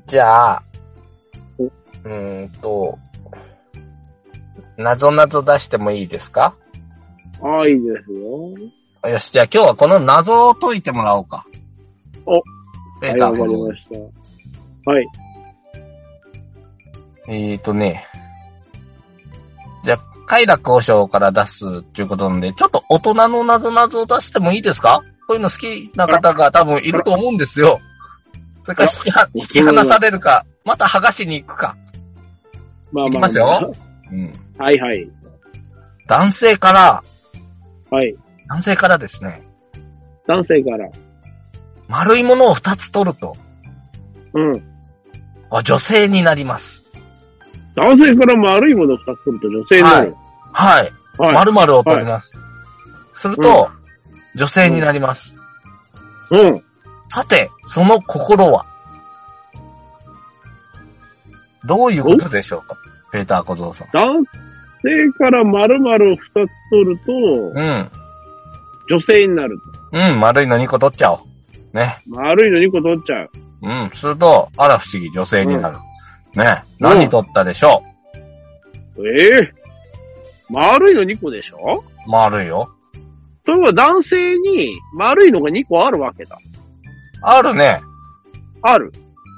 S1: じゃあ、
S2: お
S1: うーんと、なぞなぞ出してもいいですか
S2: ああ、いいですよ。
S1: よし、じゃあ今日はこの謎を解いてもらおうか。
S2: お
S1: え
S2: はい、
S1: ーと
S2: わかりました。はい。
S1: えーとね。じゃあ、快楽交渉から出すっていうことなんで、ちょっと大人の謎々を出してもいいですかこういうの好きな方が多分いると思うんですよ。それから引きは引き離されるか、また剥がしに行くか。
S2: まあまあ、
S1: いきますようん。
S2: はいはい。
S1: 男性から、
S2: はい。
S1: 男性からですね、
S2: 男性から。
S1: 丸いものを二つ取ると、
S2: うん。
S1: あ女性になります。
S2: 男性から丸いものを2つ取ると女性になる。
S1: はい。
S2: はい。
S1: 丸々を取ります。すると、女性になります。
S2: うん。
S1: さて、その心はどういうことでしょうかペーター小僧さん。
S2: 男性から丸々を2つ取ると、
S1: うん。
S2: 女性になる。
S1: うん、丸いの2個取っちゃおう。ね。
S2: 丸いの2個取っちゃう。
S1: うん。すると、あら不思議、女性になる。ね。何取ったでしょ
S2: ええ丸いの2個でしょ
S1: う丸いよ。
S2: それは男性に丸いのが2個あるわけだ。
S1: あるね。
S2: ある。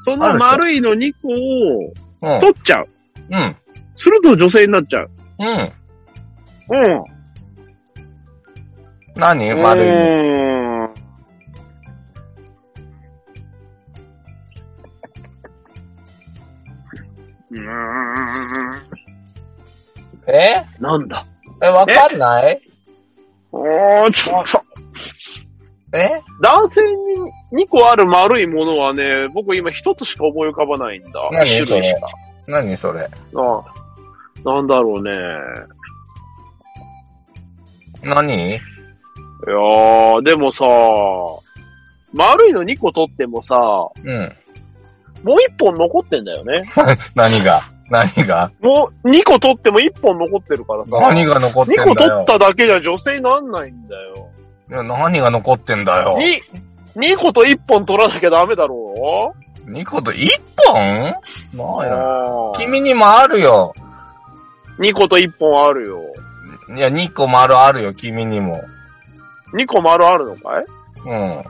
S2: そ
S1: あ
S2: の
S1: るでしょ
S2: 丸いの2個を
S1: うん。
S2: 取っちゃう。
S1: うん。
S2: すると女性になっちゃう。
S1: うん。
S2: うん。
S1: 何丸い。
S2: うーんうーん。
S1: え
S2: なんだ
S1: え、わかんない
S2: おー、ちょっと。
S1: え
S2: 男性に2個ある丸いものはね、僕今1つしか思い浮かばないんだ。
S1: 何
S2: 一
S1: そ
S2: 種類
S1: れ
S2: しか。
S1: 何それ
S2: ああなんだろうね。
S1: 何
S2: いやー、でもさ、丸いの2個取ってもさ、も
S1: うん。
S2: う1本残ってんだよね。
S1: 何が何が
S2: もう2個取っても1本残ってるからさ。
S1: 何が残ってんだ
S2: 2
S1: よ
S2: 個取っただけじゃ女性になんないんだよ。
S1: いや何が残ってんだよ。
S2: 2、2個と1本取らなきゃダメだろう
S1: 2個と1本ないな。
S2: あー
S1: 君にもあるよ。
S2: 2個と1本あるよ。
S1: いや、2個丸あるよ、君にも。
S2: 2個丸あるのかい
S1: うん。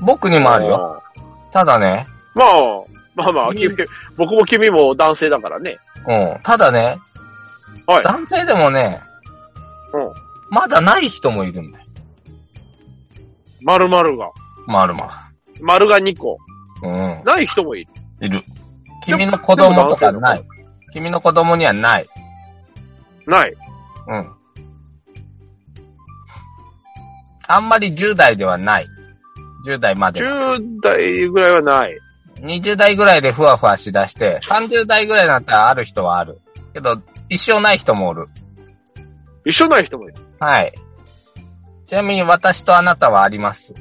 S1: 僕にもあるよ。。ただね、
S2: まあ、まあまあ、君僕も君も男性だからね。
S1: うん。ただね、
S2: はい
S1: 男性でもね、
S2: うん
S1: まだない人もいるんだよ。
S2: 丸々が。
S1: 丸々。
S2: 丸が2個。
S1: うん。
S2: ない人もいる。
S1: いる。君の子供とかない。君の子供にはない。
S2: ない。
S1: うん。あんまり10代ではない。10代までは。
S2: 10代ぐらいはない。
S1: 20代ぐらいでふわふわしだして、30代ぐらいになったらある人はある。けど、一生ない人もおる。
S2: 一緒ない人もいる。
S1: はい。ちなみに私とあなたはあります。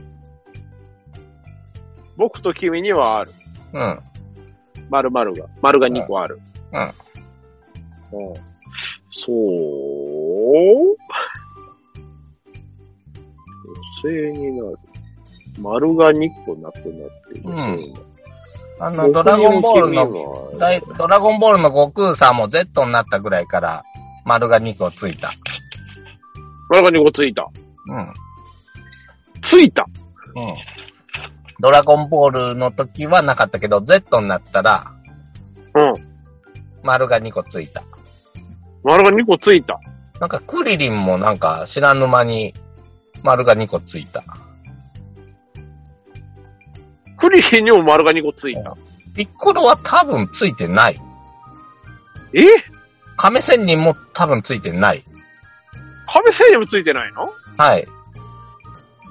S2: 僕と君にはある。
S1: うん。
S2: 丸々が。丸が2個ある。
S1: うんうん
S2: うん。そう女性になる。丸が2個なくなってる。
S1: うんあの、ドラゴンボールの、
S2: の
S1: だいドラゴンボールの悟空さんも Z になったぐらいから、丸が2個ついた。
S2: 丸が2個ついた。
S1: うん。うん。
S2: ついた
S1: ドラゴンボールの時はなかったけど、Z になったら、
S2: うん。
S1: 丸が2個ついた。
S2: 丸が2個ついた。
S1: なんか、クリリンもなんか、知らぬ間に、丸が2個ついた。
S2: クリリンにも丸が2個ついた。
S1: ピッコロは多分ついてない。
S2: え
S1: 亀仙人も多分ついてない。
S2: 亀仙人もついてないの
S1: はい。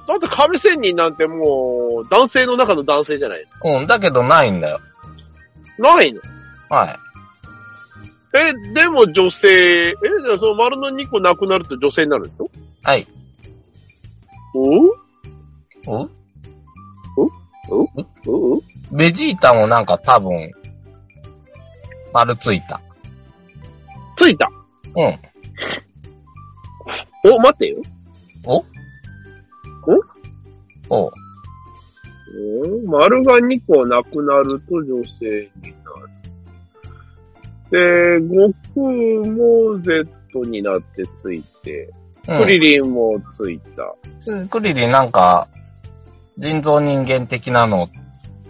S2: だって亀仙人なんてもう、男性の中の男性じゃないですか。
S1: うん、だけどないんだよ。
S2: ないの
S1: はい。
S2: え、でも女性、え、じゃあその丸の2個なくなると女性になるでしょ
S1: はい。
S2: お
S1: お
S2: お
S1: ベジータもなんか多分、丸ついた。
S2: ついた。
S1: うん。
S2: お、待ってよ。
S1: おう
S2: お丸が2個なくなると女性になる。で、悟空も Z になってついて、
S1: う
S2: ク
S1: ん
S2: リリンもついた。
S1: うん。クリリンなんか、人造人間的なの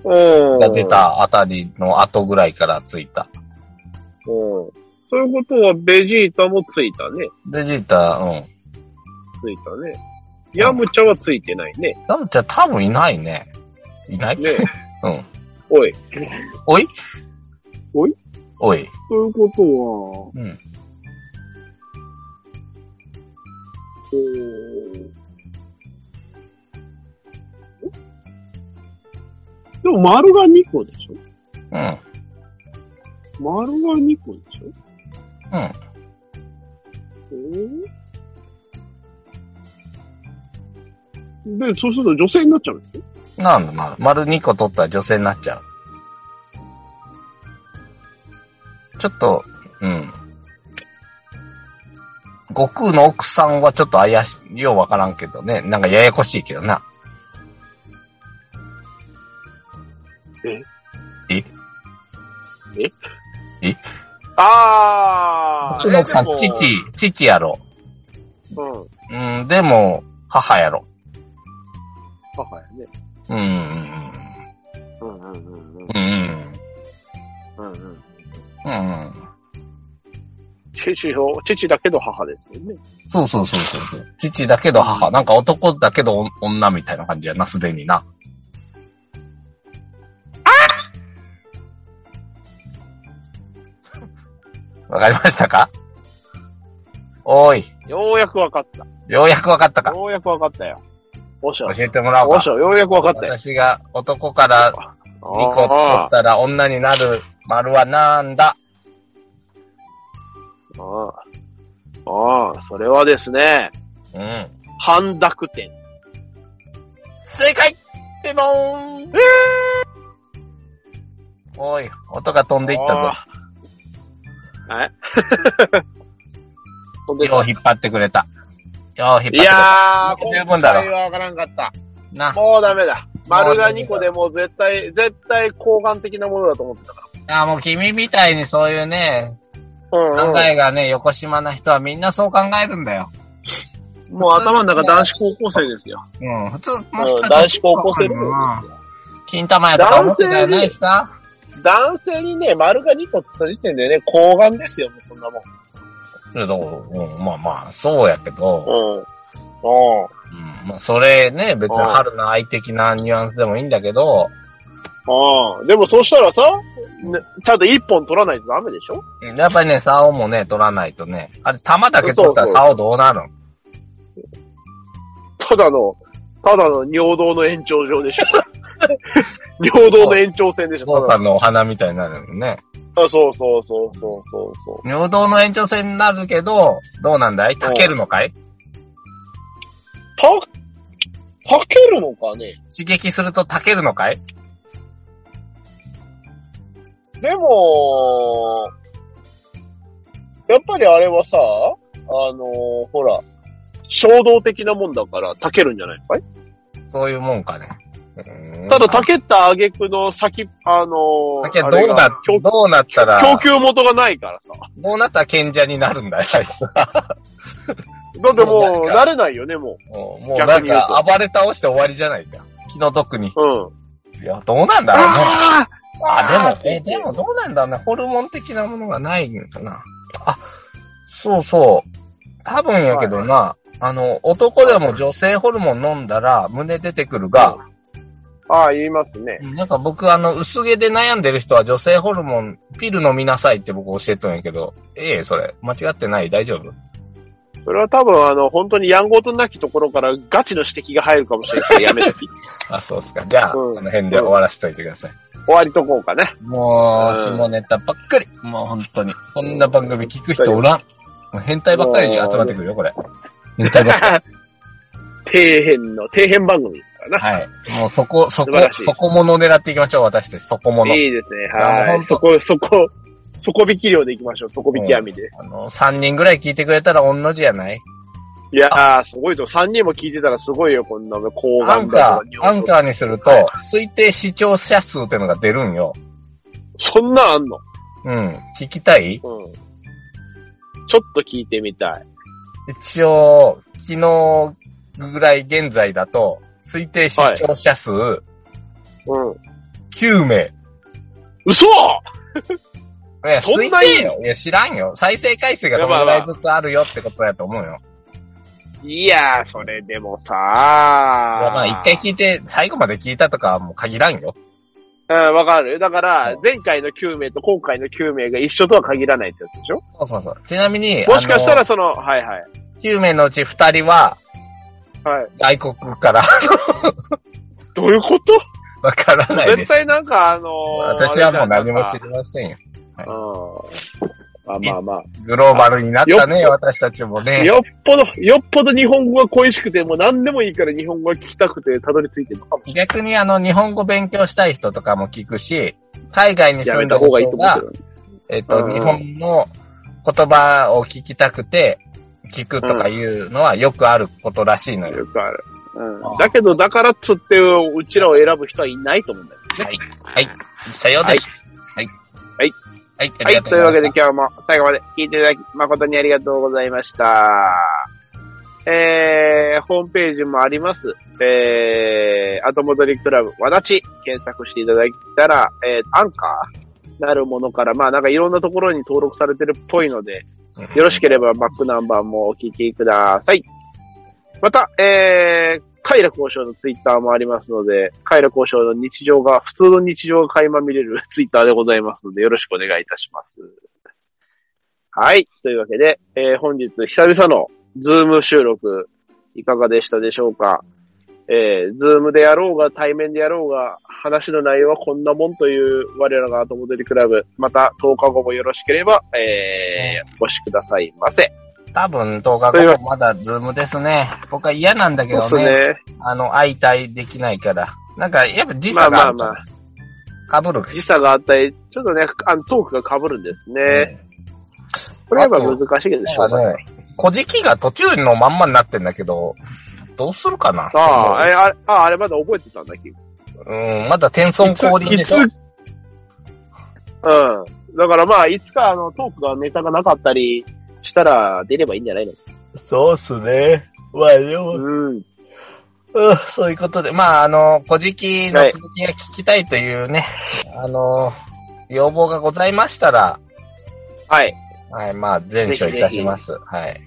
S2: うん。
S1: が出。たあたりの後ぐらいからついた。
S2: うん。そういうことはベジータもついたね。
S1: ベジータ、うん。
S2: ついたね。ヤムチャはついてないね。
S1: ヤムチャ多分いないね。いない
S2: ね
S1: うん。
S2: おい。
S1: おい
S2: おい
S1: おい。
S2: ということは、
S1: うん。
S2: えーでも丸が2個でしょ
S1: うん。
S2: 丸が2個でしょ
S1: うん。
S2: えーで、そうすると女性になっちゃうんですよ。
S1: なんだな。丸2個取ったら女性になっちゃう。ちょっと、うん。悟空の奥さんはちょっと怪しい。ようわからんけどね。なんかややこしいけどな。
S2: あ
S1: 悟空の奥さん、父、父やろ。
S2: うん。
S1: うん、でも、母やろ。
S2: 母やね。
S1: うん、うん、
S2: うんうん
S1: うん、
S2: うんうん
S1: うん、
S2: うんうん。
S1: うん、うん。
S2: 父よ父だけど母ですよね。
S1: そうそうそうそうそう。父だけど母。なんか男だけど女みたいな感じやな、すでにな。 わかりましたかおーい。
S2: ようやくわかった。
S1: ようやくわかったか
S2: ようやくわかったよ。おしょ。
S1: 教えてもらおう
S2: お
S1: か
S2: し。ょ、ようやくわかったよ。
S1: 私が男から2個取
S2: あ
S1: ったら女になる丸はなんだ
S2: ーあー。ああ、それはですね、
S1: うん。
S2: 半濁点。
S1: 正解ピボーンおい、音が飛んでいったぞ。
S2: あー。 はい飛んで
S1: よう
S2: た
S1: 引っ張ってくれた。よう引っ張ってくれた。
S2: いやー、
S1: 十分だろ
S2: 今回はわからんかった。
S1: な。
S2: もうダメだ。丸が2個でもう絶対、絶対抗眼的なものだと思ってたか
S1: あもう君みたいにそういうね、
S2: ら。う
S1: 考えがね、横島な人はみんなそう考えるんだよ。
S2: もう頭の中男子高校生ですよ。
S1: うん。普通、もしかしたら
S2: 男子高校生です
S1: な
S2: よ。
S1: 金玉やとか思ってたよね、さ。
S2: 男性にね、丸が2個つった時点でね、抗眼ですよ、もうそんなもん。
S1: けどうん、まあまあ、そうやけど、
S2: うん。う
S1: うん、
S2: ん。
S1: まあ、それね、別に春の愛的なニュアンスでもいいんだけど、
S2: ああ、でもそうしたらさ、ね、ちゃんと一本取らないとダメでしょ
S1: やっぱりね、竿もね、取らないとね、あれ、玉だけ取ったら
S2: そうそう
S1: 竿どうなるん
S2: ただの、ただの尿道の延長上 でしょ尿道の延長線でしょ
S1: 父さんのお花みたいになるのね。
S2: あそうそうそうそうそうそう。
S1: 尿道の延長線になるけど、どうなんだい炊けるのかい
S2: た、かけるのかね
S1: 刺激すると炊けるのかい
S2: でも、やっぱりあれはさ、あのーほら、衝動的なもんだから、たけるんじゃないのかい
S1: そういうもんかね。
S2: ただ、たけった挙句の先、あの
S1: だけど
S2: あれ
S1: どう
S2: が
S1: な、
S2: 供
S1: どうなったら、
S2: 供給元がないからさ。
S1: どうなったら賢者になるんだよ、あ いつは。
S2: だってもう、
S1: なんか
S2: 慣れないよね、も
S1: もうもうなんか暴れ倒して終わりじゃないか。気の毒に。
S2: う。うん。
S1: いや、どうなんだろうね。
S2: あ
S1: あ、でも、え、
S2: あー
S1: でもどうなんだろうね。ホルモン的なものがないんかな。あ、そうそう。多分やけどな、あの、男でも女性ホルモン飲んだら胸出てくるが、
S2: あああ、言いますね。
S1: なんか僕、あの、薄毛で悩んでる人は女性ホルモン、ピル飲みなさいって僕教えとんやけど、ええそれ。間違ってない大丈夫
S2: それは多分、あの、本当にやんごとなきところからガチの指摘が入るかもしれないか ら、やめとき。
S1: あ、そうっすか。じゃあ、
S2: うん
S1: この辺で終わらしといてください。
S2: 終わりとこう かね。
S1: もう、
S2: うん
S1: 下ネタばっかり。もう本当に。こんな番組聞く人おらん。もう変態ばっかりに集まってくるよ、これ。変態ばっかり。
S2: 底辺の、底辺番組です から
S1: はい。もうそこ、そこ
S2: 素晴らし、い
S1: そこもの狙っていきましょう、私たち。そこもの
S2: な。。いいですね。
S1: あ
S2: は
S1: 本
S2: い。
S1: 当
S2: そこ、そこ、底引き量でいきましょう。底引き網で。
S1: あの、3人ぐらい聞いてくれたら同じやない
S2: いやー、すごいと。3人も聞いてたらすごいよ、こんなの。高
S1: ア
S2: 音
S1: ンカ
S2: 日
S1: ー、ア
S2: 本
S1: ン
S2: 語
S1: カーにすると
S2: はい、
S1: 推定視聴者数ってのが出るんよ。
S2: そんなんあんの
S1: うん。聞きたい
S2: うん。ちょっと聞いてみたい。
S1: 一応、昨日ぐらい現在だと、推定視聴者数
S2: うん。
S1: 9名。
S2: 嘘
S1: いや、
S2: そんない
S1: 推定よ。いや、知らんよ。再生回数がそのぐらいずつあるよってことだと思うよ。
S2: いやー、それでもさー。
S1: まあ、一回聞いて、最後まで聞いたとかはもう限らんよ。
S2: うん、わかる。だから
S1: う、
S2: 前回の9名と今回の9名が一緒とは限らないってやつでしょ
S1: そうそうそう。ちなみに、
S2: もしかした
S1: あの
S2: ら、その、はいはい。
S1: 9名のうち2人は
S2: はい。
S1: 外国から
S2: どういうこと
S1: わからないで
S2: 絶
S1: す。
S2: 対なんか、あのー、
S1: 私はもう何も知
S2: る。
S1: りませんよ。
S2: うん。まあまあま
S1: グローバルになったね、
S2: よっ
S1: 私たちも
S2: あ。
S1: ね。
S2: よっぽど、よっぽど日本語が恋しくて、もう何でもいいから日本語が聞きたくて、たどり着いてるのかも。
S1: 逆にあの、日本語勉強したい人とかも聞くし、海外に
S2: や
S1: 住
S2: め
S1: んで
S2: た
S1: る
S2: 方がいい
S1: 人
S2: と思う
S1: が
S2: け、ど。
S1: えっと、
S2: うん
S1: 日本の言葉を聞きたくて、聞くとかいうのはよくあることらしいのよ。
S2: よくある。う
S1: あ
S2: ん。だけど、だからっつって、うちらを選ぶ人はいないと思うんだよ。
S1: はい。はい。さようです。はい。
S2: はい。
S1: はい。あ
S2: は
S1: り
S2: い
S1: が、とう
S2: とい
S1: ござい
S2: うわ
S1: ました
S2: けで今日も最後まで聞いていただき誠にありがとうございました。えー、ホームページもあります。えー、後戻りクラブ、わだち、検索していただいたら、えー、アンカーなるものから、まあなんかいろんなところに登録されてるっぽいので、よろしければバックナンバーもお聞きください。また、えー、快楽交渉のツイッターもありますので、快楽交渉の日常が、普通の日常が垣間見れる ツイッターでございますので、よろしくお願いいたします。はい。というわけで、えー、本日久々のズーム収録、いかがでしたでしょうかえー、ズームでやろうが、対面でやろうが、話の内容はこんなもんという、我らが後戻りクラブ。また、10日後もよろしければ、えー、お越しくださいませ。
S1: 多分動画
S2: というわ
S1: 後まだズームですね。僕は嫌なんだけど
S2: そう
S1: ね。
S2: ですね。
S1: あの、相対できないから。なんか、やっぱ時
S2: ま
S1: 差
S2: あま
S1: が
S2: あまあ、
S1: かぶるし。
S2: 時差があったり、ちょっとね、あのトークが被るんですね。これはやっぱ難しいけど、しょ
S1: あ
S2: うが
S1: の
S2: ない。、
S1: 小じきが途中のまんまになってんだけど、どうするかな
S2: ああ、あれ、あれああれまだ覚えてたんだっけ
S1: うん、まだ天孫降臨でしょ
S2: いついつうん。だからまあ、いつかあの、トークがネタがなかったりしたら出ればいいんじゃないの
S1: そうっすね。まあでも、
S2: うん。
S1: うんそういうことで、まああの、小じきの続きが聞きたいというね、あの、要望がございましたら、
S2: はい。
S1: はい、まあ、全書いたします。はい。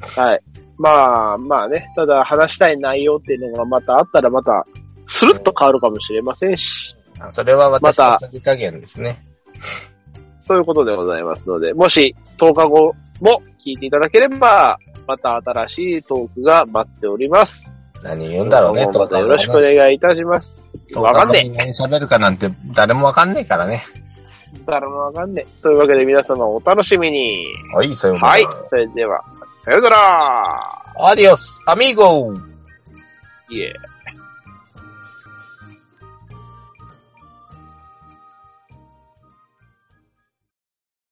S2: はい。まあ、まあね、ただ話したい内容っていうのがまたあったらまた、スルッと変わるかもしれませんし、
S1: それは私の
S2: また
S1: さじ加減ですね。
S2: そういうことでございますので、もし10日後も聞いていただければ、また新しいトークが待っております。
S1: 何言うんだろうね、
S2: またよろしくお願いいたします。わかんね
S1: え。何喋るかなんて誰もわかんねえからね。
S2: え。誰もわかんねえ。というわけで皆様お楽しみに。
S1: はい、そういうもんだ
S2: はい。それでは、さよなら。
S1: アディオス、アミーゴー
S2: イエー。